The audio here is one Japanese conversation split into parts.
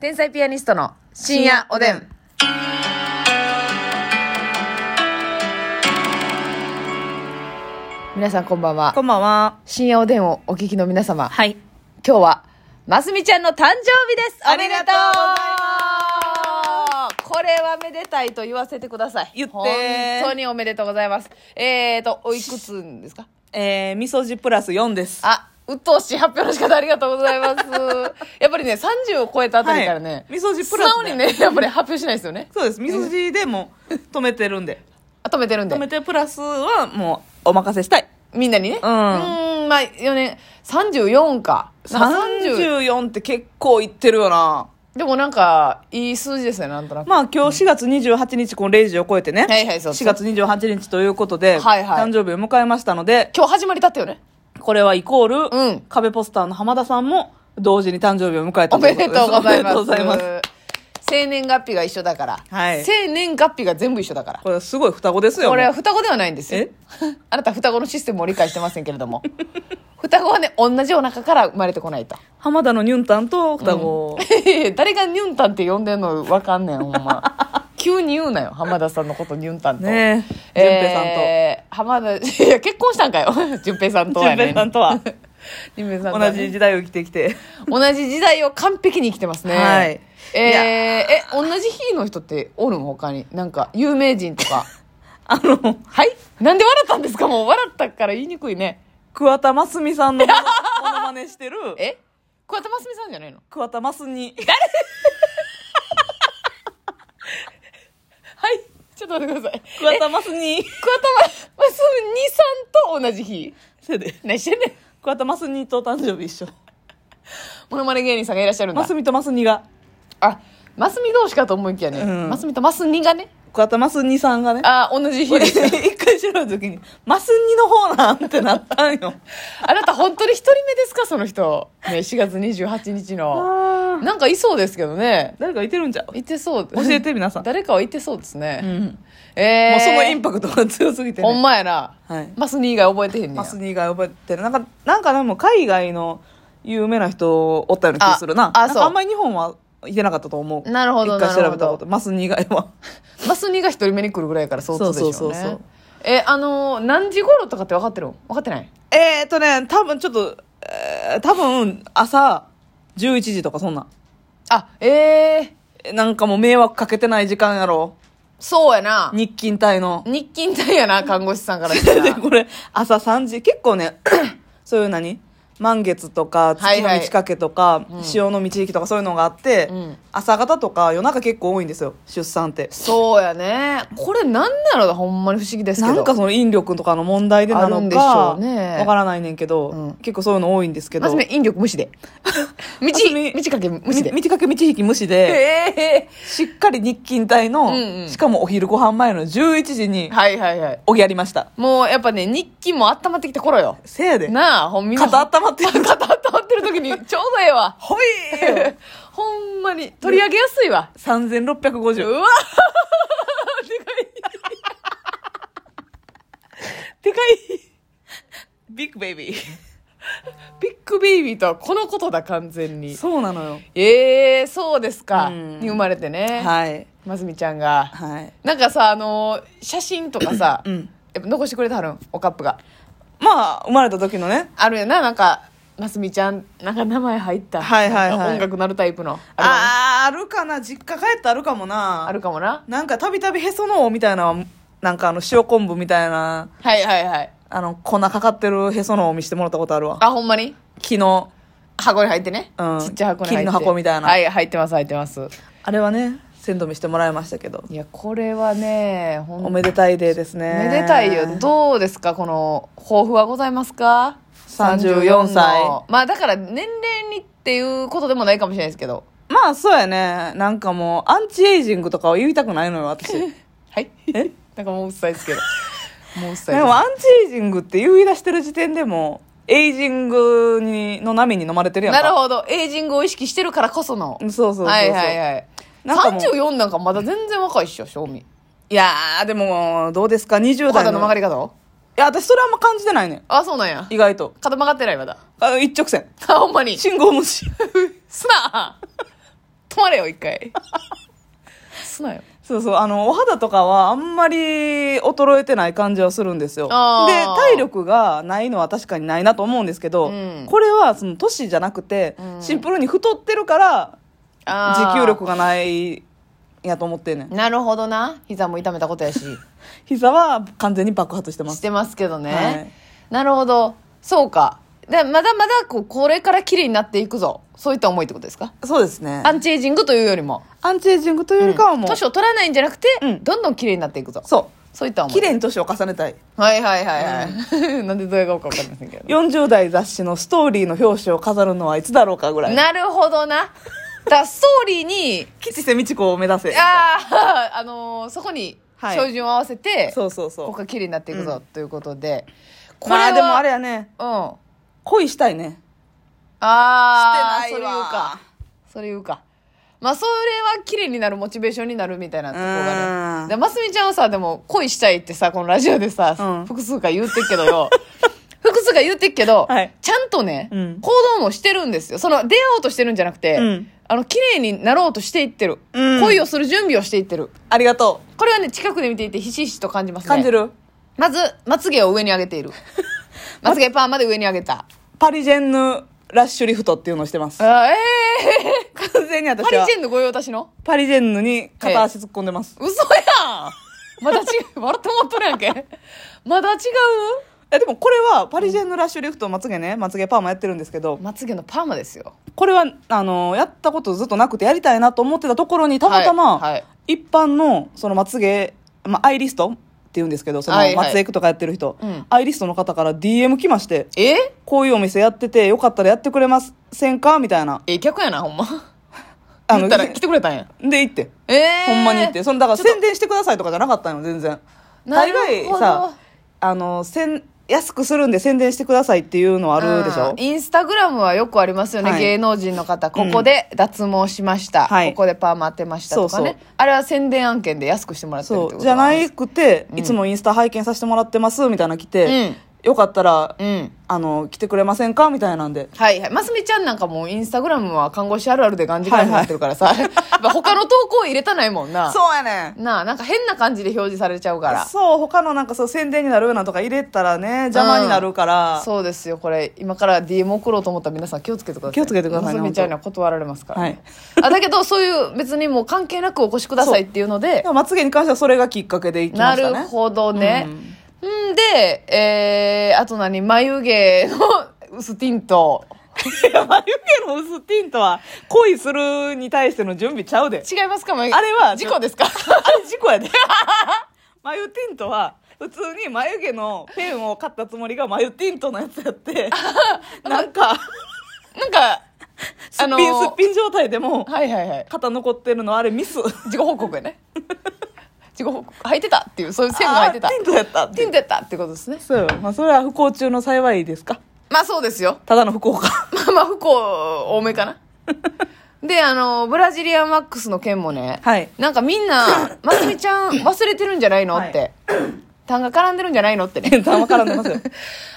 天才ピアニストの深夜おでん。皆さんこんばんはこ。んばんは。深夜おでんをお聞きの皆様、はい。今日は、ますみちゃんの誕生日です。おめでとうあこれはめでたいと言わせてください。言って本当におめでとうございます。えーと、おいくつですかえー、みそじプラス4です。あ、うっとうしい発表の仕方ありがとうござい ます。やっぱりね、30を超えたあたりからね、はい味噌汁プ素ラス直にね、やっぱり発表しないですよね。そうです。みそじでも 止めてるんで。あ止めてるんで止。めてプラスはもうお任せしたい。みんなにね。うんーんまあ、4年、34か。なんか30 34って結構いってるよな。でもなんか、いい数字ですね、なんとなく。まあ今日4月28日、この0時を超えてね。はいはいそうそ4う月28日ということで、はいはい誕生日を迎えましたので、今日始まりだったよね。これはイコール、うん壁ポスターの浜田さんも同時に誕生日を迎えたおめでとうございます。おめでとうございます。生年月日が一緒だから。はい生年月日が全部一緒だから。これはすごい双子ですよ。これもはう双子ではないんですよえ。あなた双子のシステムを理解してませんけれども。双子はね、同じお腹から生まれてこないと。浜田のニュンタンと双子。 誰がニュンタンって呼んでんのわかんねん、ほん ま。急に言うなよ、浜田さんのことニュンタンと。ねええ、淳平さんと。えー浜田、 いや、結婚したんかよ。 淳平さんとはね。淳平さんとは。淳平さんとはね同じ時代を生きてきて。同じ時代を完璧に生きてますね。はいえー、いやーえ、同じ日の人っておるん他に。なんか、有名人とか。 あの、はいなんで笑ったんですかもう笑ったから言いにくいね。桑田真澄さんのモノモノマネしてる、え桑田真澄さんじゃないの 桑田真澄。はい。ちょっと待ってください。え 桑桑田田真澄。真澄さんと同じ日。せやで。何してんねん。桑田真澄と誕生日一緒。モノマネ芸人さんがいらっしゃるん真だ。澄と真澄が。あ、真澄同士かと思いきやね。うん真澄と真澄がね。桑田真澄さんがね。あ、同じ日これでした 一回調べた時に、真澄の方なんってなったんよ。あなた本当に一人目ですかその人。ね、4月28日の。なんかいそうですけどね。誰かいてるんちゃういてそう。教えて皆さん。誰かはいてそうですね。うん。えー、もうそのインパクトが強すぎてね。ほんまやな。はいマスニー以外覚えてへんねん。マスニーが覚えてる。なんか、なんかでも海外の有名な人おったような気がするな。ああなんそうかあんまり日本はいてなかったと思う。なるほど一回調べなたるこほと。マスニー以外は。 マスニーが一人目に来るぐらいやから相当でしょうね。そうそうそうそうえ、あのー何時頃とかって分かってるの分かってないえーっとね、多分ちょっと、えー多分朝11時とかそんな。あ、ええー、えなんかもう迷惑かけてない時間やろ。そうやな。日勤帯の。日勤帯やな、看護師さんからした で、ら。これ、朝3時。結構ね、 そういう何満月とか、はい月の満ち欠けとか、潮の満ち引きとかそういうのがあって、うん朝方とか夜中結構多いんですよ、出産って。そうやね。これなんなのほんまに不思議ですけなど。んかその引力とかの問題でなあるんのでしょか、うねわからないねんけど、うん結構そういうの多いんですけまど、ずね、引力無視 で。道、霞道かけ無視でみ。道かけ道引き無視で、えしっかり日勤帯の、うんうんしかもお昼ご飯前の11時えに、はいはいはい。おぎやりました。もうやっぱね、日記も温まってきた頃よ。せやで。なあ、ほんみんな。肩温まっ てる。肩温まってる時にちょうどええわ。ほいー ほんまに、取り上げやすいわ。う !3650。わでかい。でかい。ビッグベイビビッグベイビーとはこのことだ、完全ー。に。そうなのよ。ええそうですか。うんに生まれてね。はい。まずみちゃんが。はい。なんかさ、あのー写真とかさ、うんやっぱ残してくれてはるん、おカップが。まあ、生まれた時のね、あるやな、なんか、ますみちゃん、なんか名前入った。はいはいはないんか音楽なるタイプの。あるわねあー、あるかな実家帰ってあるかもな。あるかもな。なんかたびたびへその緒みたいな、なんかあの塩昆布みたいな、はいはいはい。あの粉かかってるへその緒を見せてもらったことあるわ。あ、ほんまに昨日。箱に入ってね。うんちっちゃい箱に入って。金の箱みたいなはい、入ってます入ってます。あれはね、鮮度見せてもらいましたけど。いや、これはね、ほんおめでたいデーですね。めでたいよ。どうですかこの、抱負はございますか34歳のまあだから、年齢にっていうことでもないかもしれないですけど。まあそうやね。なんかもう、アンチエイジングとかは言いたくないの よ、私。ではい。えなんかもううっさいですけど。もううっさいです。もアンチエイジングって言い出してる時点でもう、エイジングにの波に飲まれてるやんか。なるほど。エイジングを意識してるからこその。うんそうそうそうそうはいはいはい。なんかもう34なんかまだ全然若いっしょ、正味。いやー、でも、どうですか ?20 お代肌のの。曲がいり方や、私それあんま感じてないねん。あ、そうなんや。意外と。 肩曲がってないまだ。あ一直線。あ、ほんまに。信号無視。すな 止まれよ、一 回。すなよ。 そうそう、あの、お肌とかはあんまり衰えてない感じはするんですよ。で、あー体力がないのは確かにないなと思うんですけど、うんこれはその年じゃなくて、うんシンプルに太ってるから、あー持久力がないんやと思ってんねん。なるほどな。膝も痛めたこと やし。膝は完全に爆発してましす。てますけどね。はいなるほど。そうか。でまだまだこうこれから綺麗になっていくぞ。そういった思いってことですかそうですね。アンチエイジングというよりも。アンチエイジングというよりかはもう、年を取らないんじゃなくて、うんどんどん綺麗になっていくぞ。そそういったう。思い。綺麗に年を重ねたい。はいはいはいはい。 なんでどれが分か分かりませんけ ど。 40代雑誌のストーリーの表紙を飾るのはいつだろうかぐらい。なるほど な。だからストーリーに、吉瀬美智子を目指せ。ああ、あのー そこにはい照準を合わせて、そうそうそう。僕は綺麗になっていくぞ、ということで。これまは、あでもあれやね、うん。恋したいね。ああ、してそないれわ言うか。それ言うか。まあ、それは綺麗になるモチベーションになるみたいなとこがうね。んで、ますみちゃんはさ、でも、恋したいってさ、このラジオでさ、うん複数回言ってっけど よ。複数回言ってっけど、はいちゃんとね、うん行動もしてるんですよ。その、出会おうとしてるんじゃなくて、うんあの、綺麗になろうとしていってる、うん恋をする準備をしていってる。ありがとこれはね、近くで見ていて、ひしひしと感じますう。ね。感じる、まず、まつげを上に上げて いる。まつげパーまで上に上げた。パリジェンヌラッシュリフトっていうのをし てます。あええー完全に私パリはジェンヌご用達のパリジェンヌに片足突っ込んでます。嘘やんまだ違う笑ってもっとるやんけまだ違えでもこれはパリジェンヌラッシュリフトまつげね、まつげパーマやってるんですけどう、まつげのパーマですよこれは、あの、やったことずっとなくてやりたいなと思ってたところに、たまたま、はいはい一般の、そのまつげ、まあ、アイリストっていうんですけど、そのはいはいまつげくとかやってる人、うんアイリストの方から DM 来まして、えこういうお店やってて、よかったらやってくれませんかみたいな。え客やなほんまあ言ったら来てくれたんやで行って、ええほんまに行ってそのだからちょっと宣伝してくださいとかじゃなかったの全然な大るほど概さあのせん安くするんで宣伝してくださいっていうのあるでしょうんインスタグラムはよくありますよね、はい芸能人の方ここで脱毛しました、はいここでパーマ当てましたとかねそうあれは宣伝案件で安くしてもらってるってそことうじゃなういくて、いつもインスタ拝見させてもらってますみたいなの来て、よかったら、うんあの来てくれませんかみたいなんではいはい。ますみちゃんなんかもうインスタグラムは看護師あるあるでがんじがらめになってるからさ、 やっぱ他の投稿入れたないもんな。 そうやねんなあ、なんか変な感じで表示されちゃうから。そう他のなんかそう宣伝になるようなとか入れたらね邪魔になるから、そうですよ、これ。今から DM 送ろうと思ったら皆さん気をつけてください。気をつけてくださいねますみちゃんには断られますから。はいあだけど、そういう別にもう関係なくお越しくださいっていうのでで、もまつげに関してはそれがきっかけで行きまなしたねるほどね。んで、えー、あと何眉毛の薄ティント。いや眉毛の薄ティントは恋するに対しての準備ちゃうで違いますか眉毛。あれは事故です かあれ事故やで 眉ティントは普通に眉毛のペンを買ったつもりが眉ティントのやつ やってなんかなんか、すっぴんすっぴん状態でもはいはいはい。肩残ってるのあれミス自己報告やね自己報告履いてたっていうそういう線が入ってたあティントやったってティントやったってことですねそう、まあ、それは不幸中の幸いですかまあそうですよただの不幸かまあまあ不幸多めか なであのブラジリアンマックスの件もね、はいなんかみん な「ますみちゃん忘れてるんじゃないの?」って、痰が絡んでるんじゃないのってね全然わからんでますよ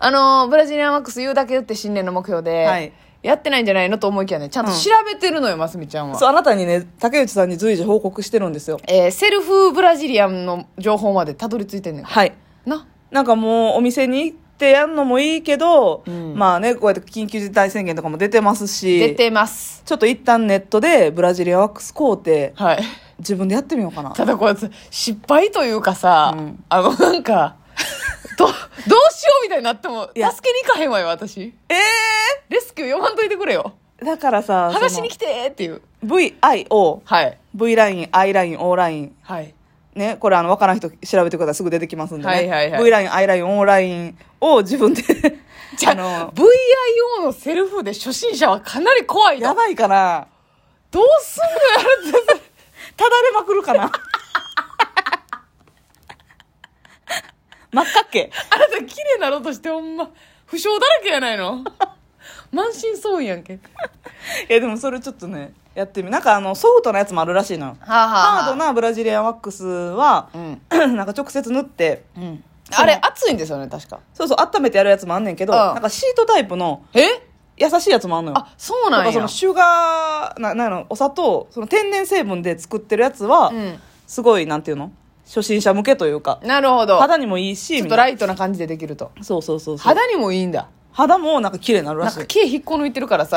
あのブラジリアンマックス言うだけ言って新年の目標で、はいやってないんじゃないのと思いきやねちゃんと調べてるのよ、ますみちゃんはそうあなたにね竹内さんに随時報告してるんですよえーセルフブラジリアンの情報までたどり着いてんねんはいななんかもうお店に行ってやんのもいいけど、んまあねこうやって緊急事態宣言とかも出てますし出てますちょっと一旦ネットでブラジリアンワックス買うてはい自分でやってみようかなただこうやって失敗というかさ、うんあのなん かどどうしようみたいになっても助けにや行かへんわよ私ええレスキュー呼ばんといてくれよだからさ話しに来てっていうその VIO はい V ライン I ライン O ラインはいねこれあの分からん人調べてくださいすぐ出てきますんで、ねはいはいはい V ライン I ライン O ラインを自分で じゃああの VIO のセルフで初心者はかなり怖いやなばいかなどうすんのやるってただれまくる かな真っ赤っけあなた綺 麗になろうとしてほんま不詳だらけやない の満身創痍やんけ いやでもそれちょっとねやってみなんかあのソフトなやつもあるらしいのよはあハードなブラジリアンワックスは う、んなんか直接塗ってうんあれ熱いんですよね確かそうそう温めてやるやつもあんねんけど、うんなんかシートタイプのえ優しいやつもあんのよあそうななんんかやそのシュガーななんやろお砂糖その天然成分で作ってるやつは、うんすごいなんていうの初心者向けというかなるほど肌にもいいちしょっみとたいライトな感じでできるとなそうそうそうそう肌にもいいんだ肌もなんか綺麗になるらなんしいか毛引っこ抜いてるからさ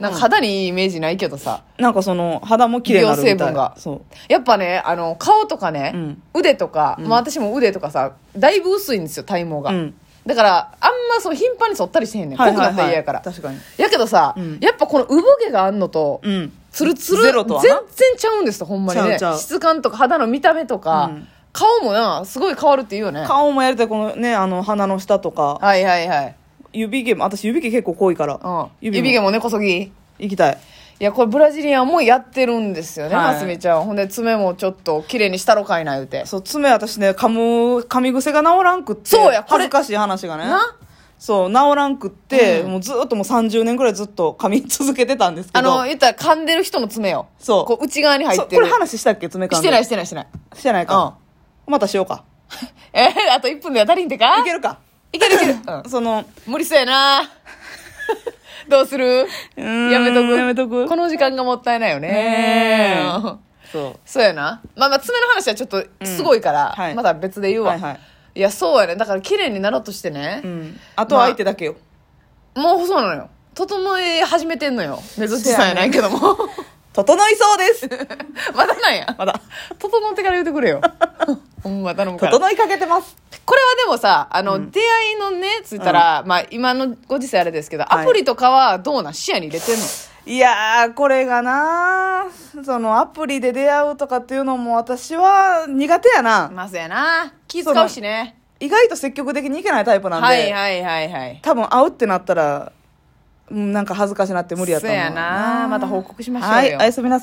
なんか肌にいいイメージないけどさなんかその肌も綺麗になるみたい美容成分がそうやっぱねあの顔とかね、うん腕とか、まあ、私も腕とかさだいぶ薄いんですよ体毛が、うんだからあんまそう頻繁に剃ったりしてへんねん、はい濃くなはいったはらい嫌やから確かにやけどさ、うんやっぱこの産毛があんのと、うんツルツルゼロとはな全然ちゃうんですとほんまにねちゃうちゃう質感とか肌の見た目とか、うん顔もなすごい変わるっていうよね顔もやりたいこのねあの鼻の下とかはいはいはい、指毛も私指毛結構濃いから、うん、指毛もも根こそぎ行きたいいやこれブラジリアンもやってるんですよね、はいますみちゃんはほんで爪もちょっと綺麗にしたろかいな言うてそう爪私ね噛む噛み癖が治らんくってそうやこ恥れずかしい話がねなそう治らんくって、うんもうずっともう30年ぐらいずっと噛み続けてたんですけあどの言ったら噛んでる人の爪よそうこう内側に入そっうてこるれ話したっけ爪噛んでしてないししてないしてないてないか、またしようかえー、あと1分では足りんてかいけるかいけるいける、うんその無理そうやな どうするうやーんめとくやめとくこの時間がもったいないよねねえうんそそうやなまあまあ爪の話はちょっとすごいから、うんはいまた別で言ううわ、はいはい、いやそうやねだから綺麗になろうとしてねう、ん、あとは相手だけよ、もうそうなのよ整え始めてんのよ目指しさんやないけども整いそうです まだなんやまだ整ってから言うてくれよほんま頼むから整いかけてますこれはでもさあの、出会いのねつったら、まあ今のご時世あれですけどアプリとかはどうなん視野に入れてんの、いやーこれがなそのアプリで出会うとかっていうのも私は苦手やなまずやな気使うしね意外と積極的にいけないタイプなんで、はいはいはいはい多分会うってなったらうんなんか恥ずかしなって無理やったそうやなまた報告しましょうよはいおやすみなさい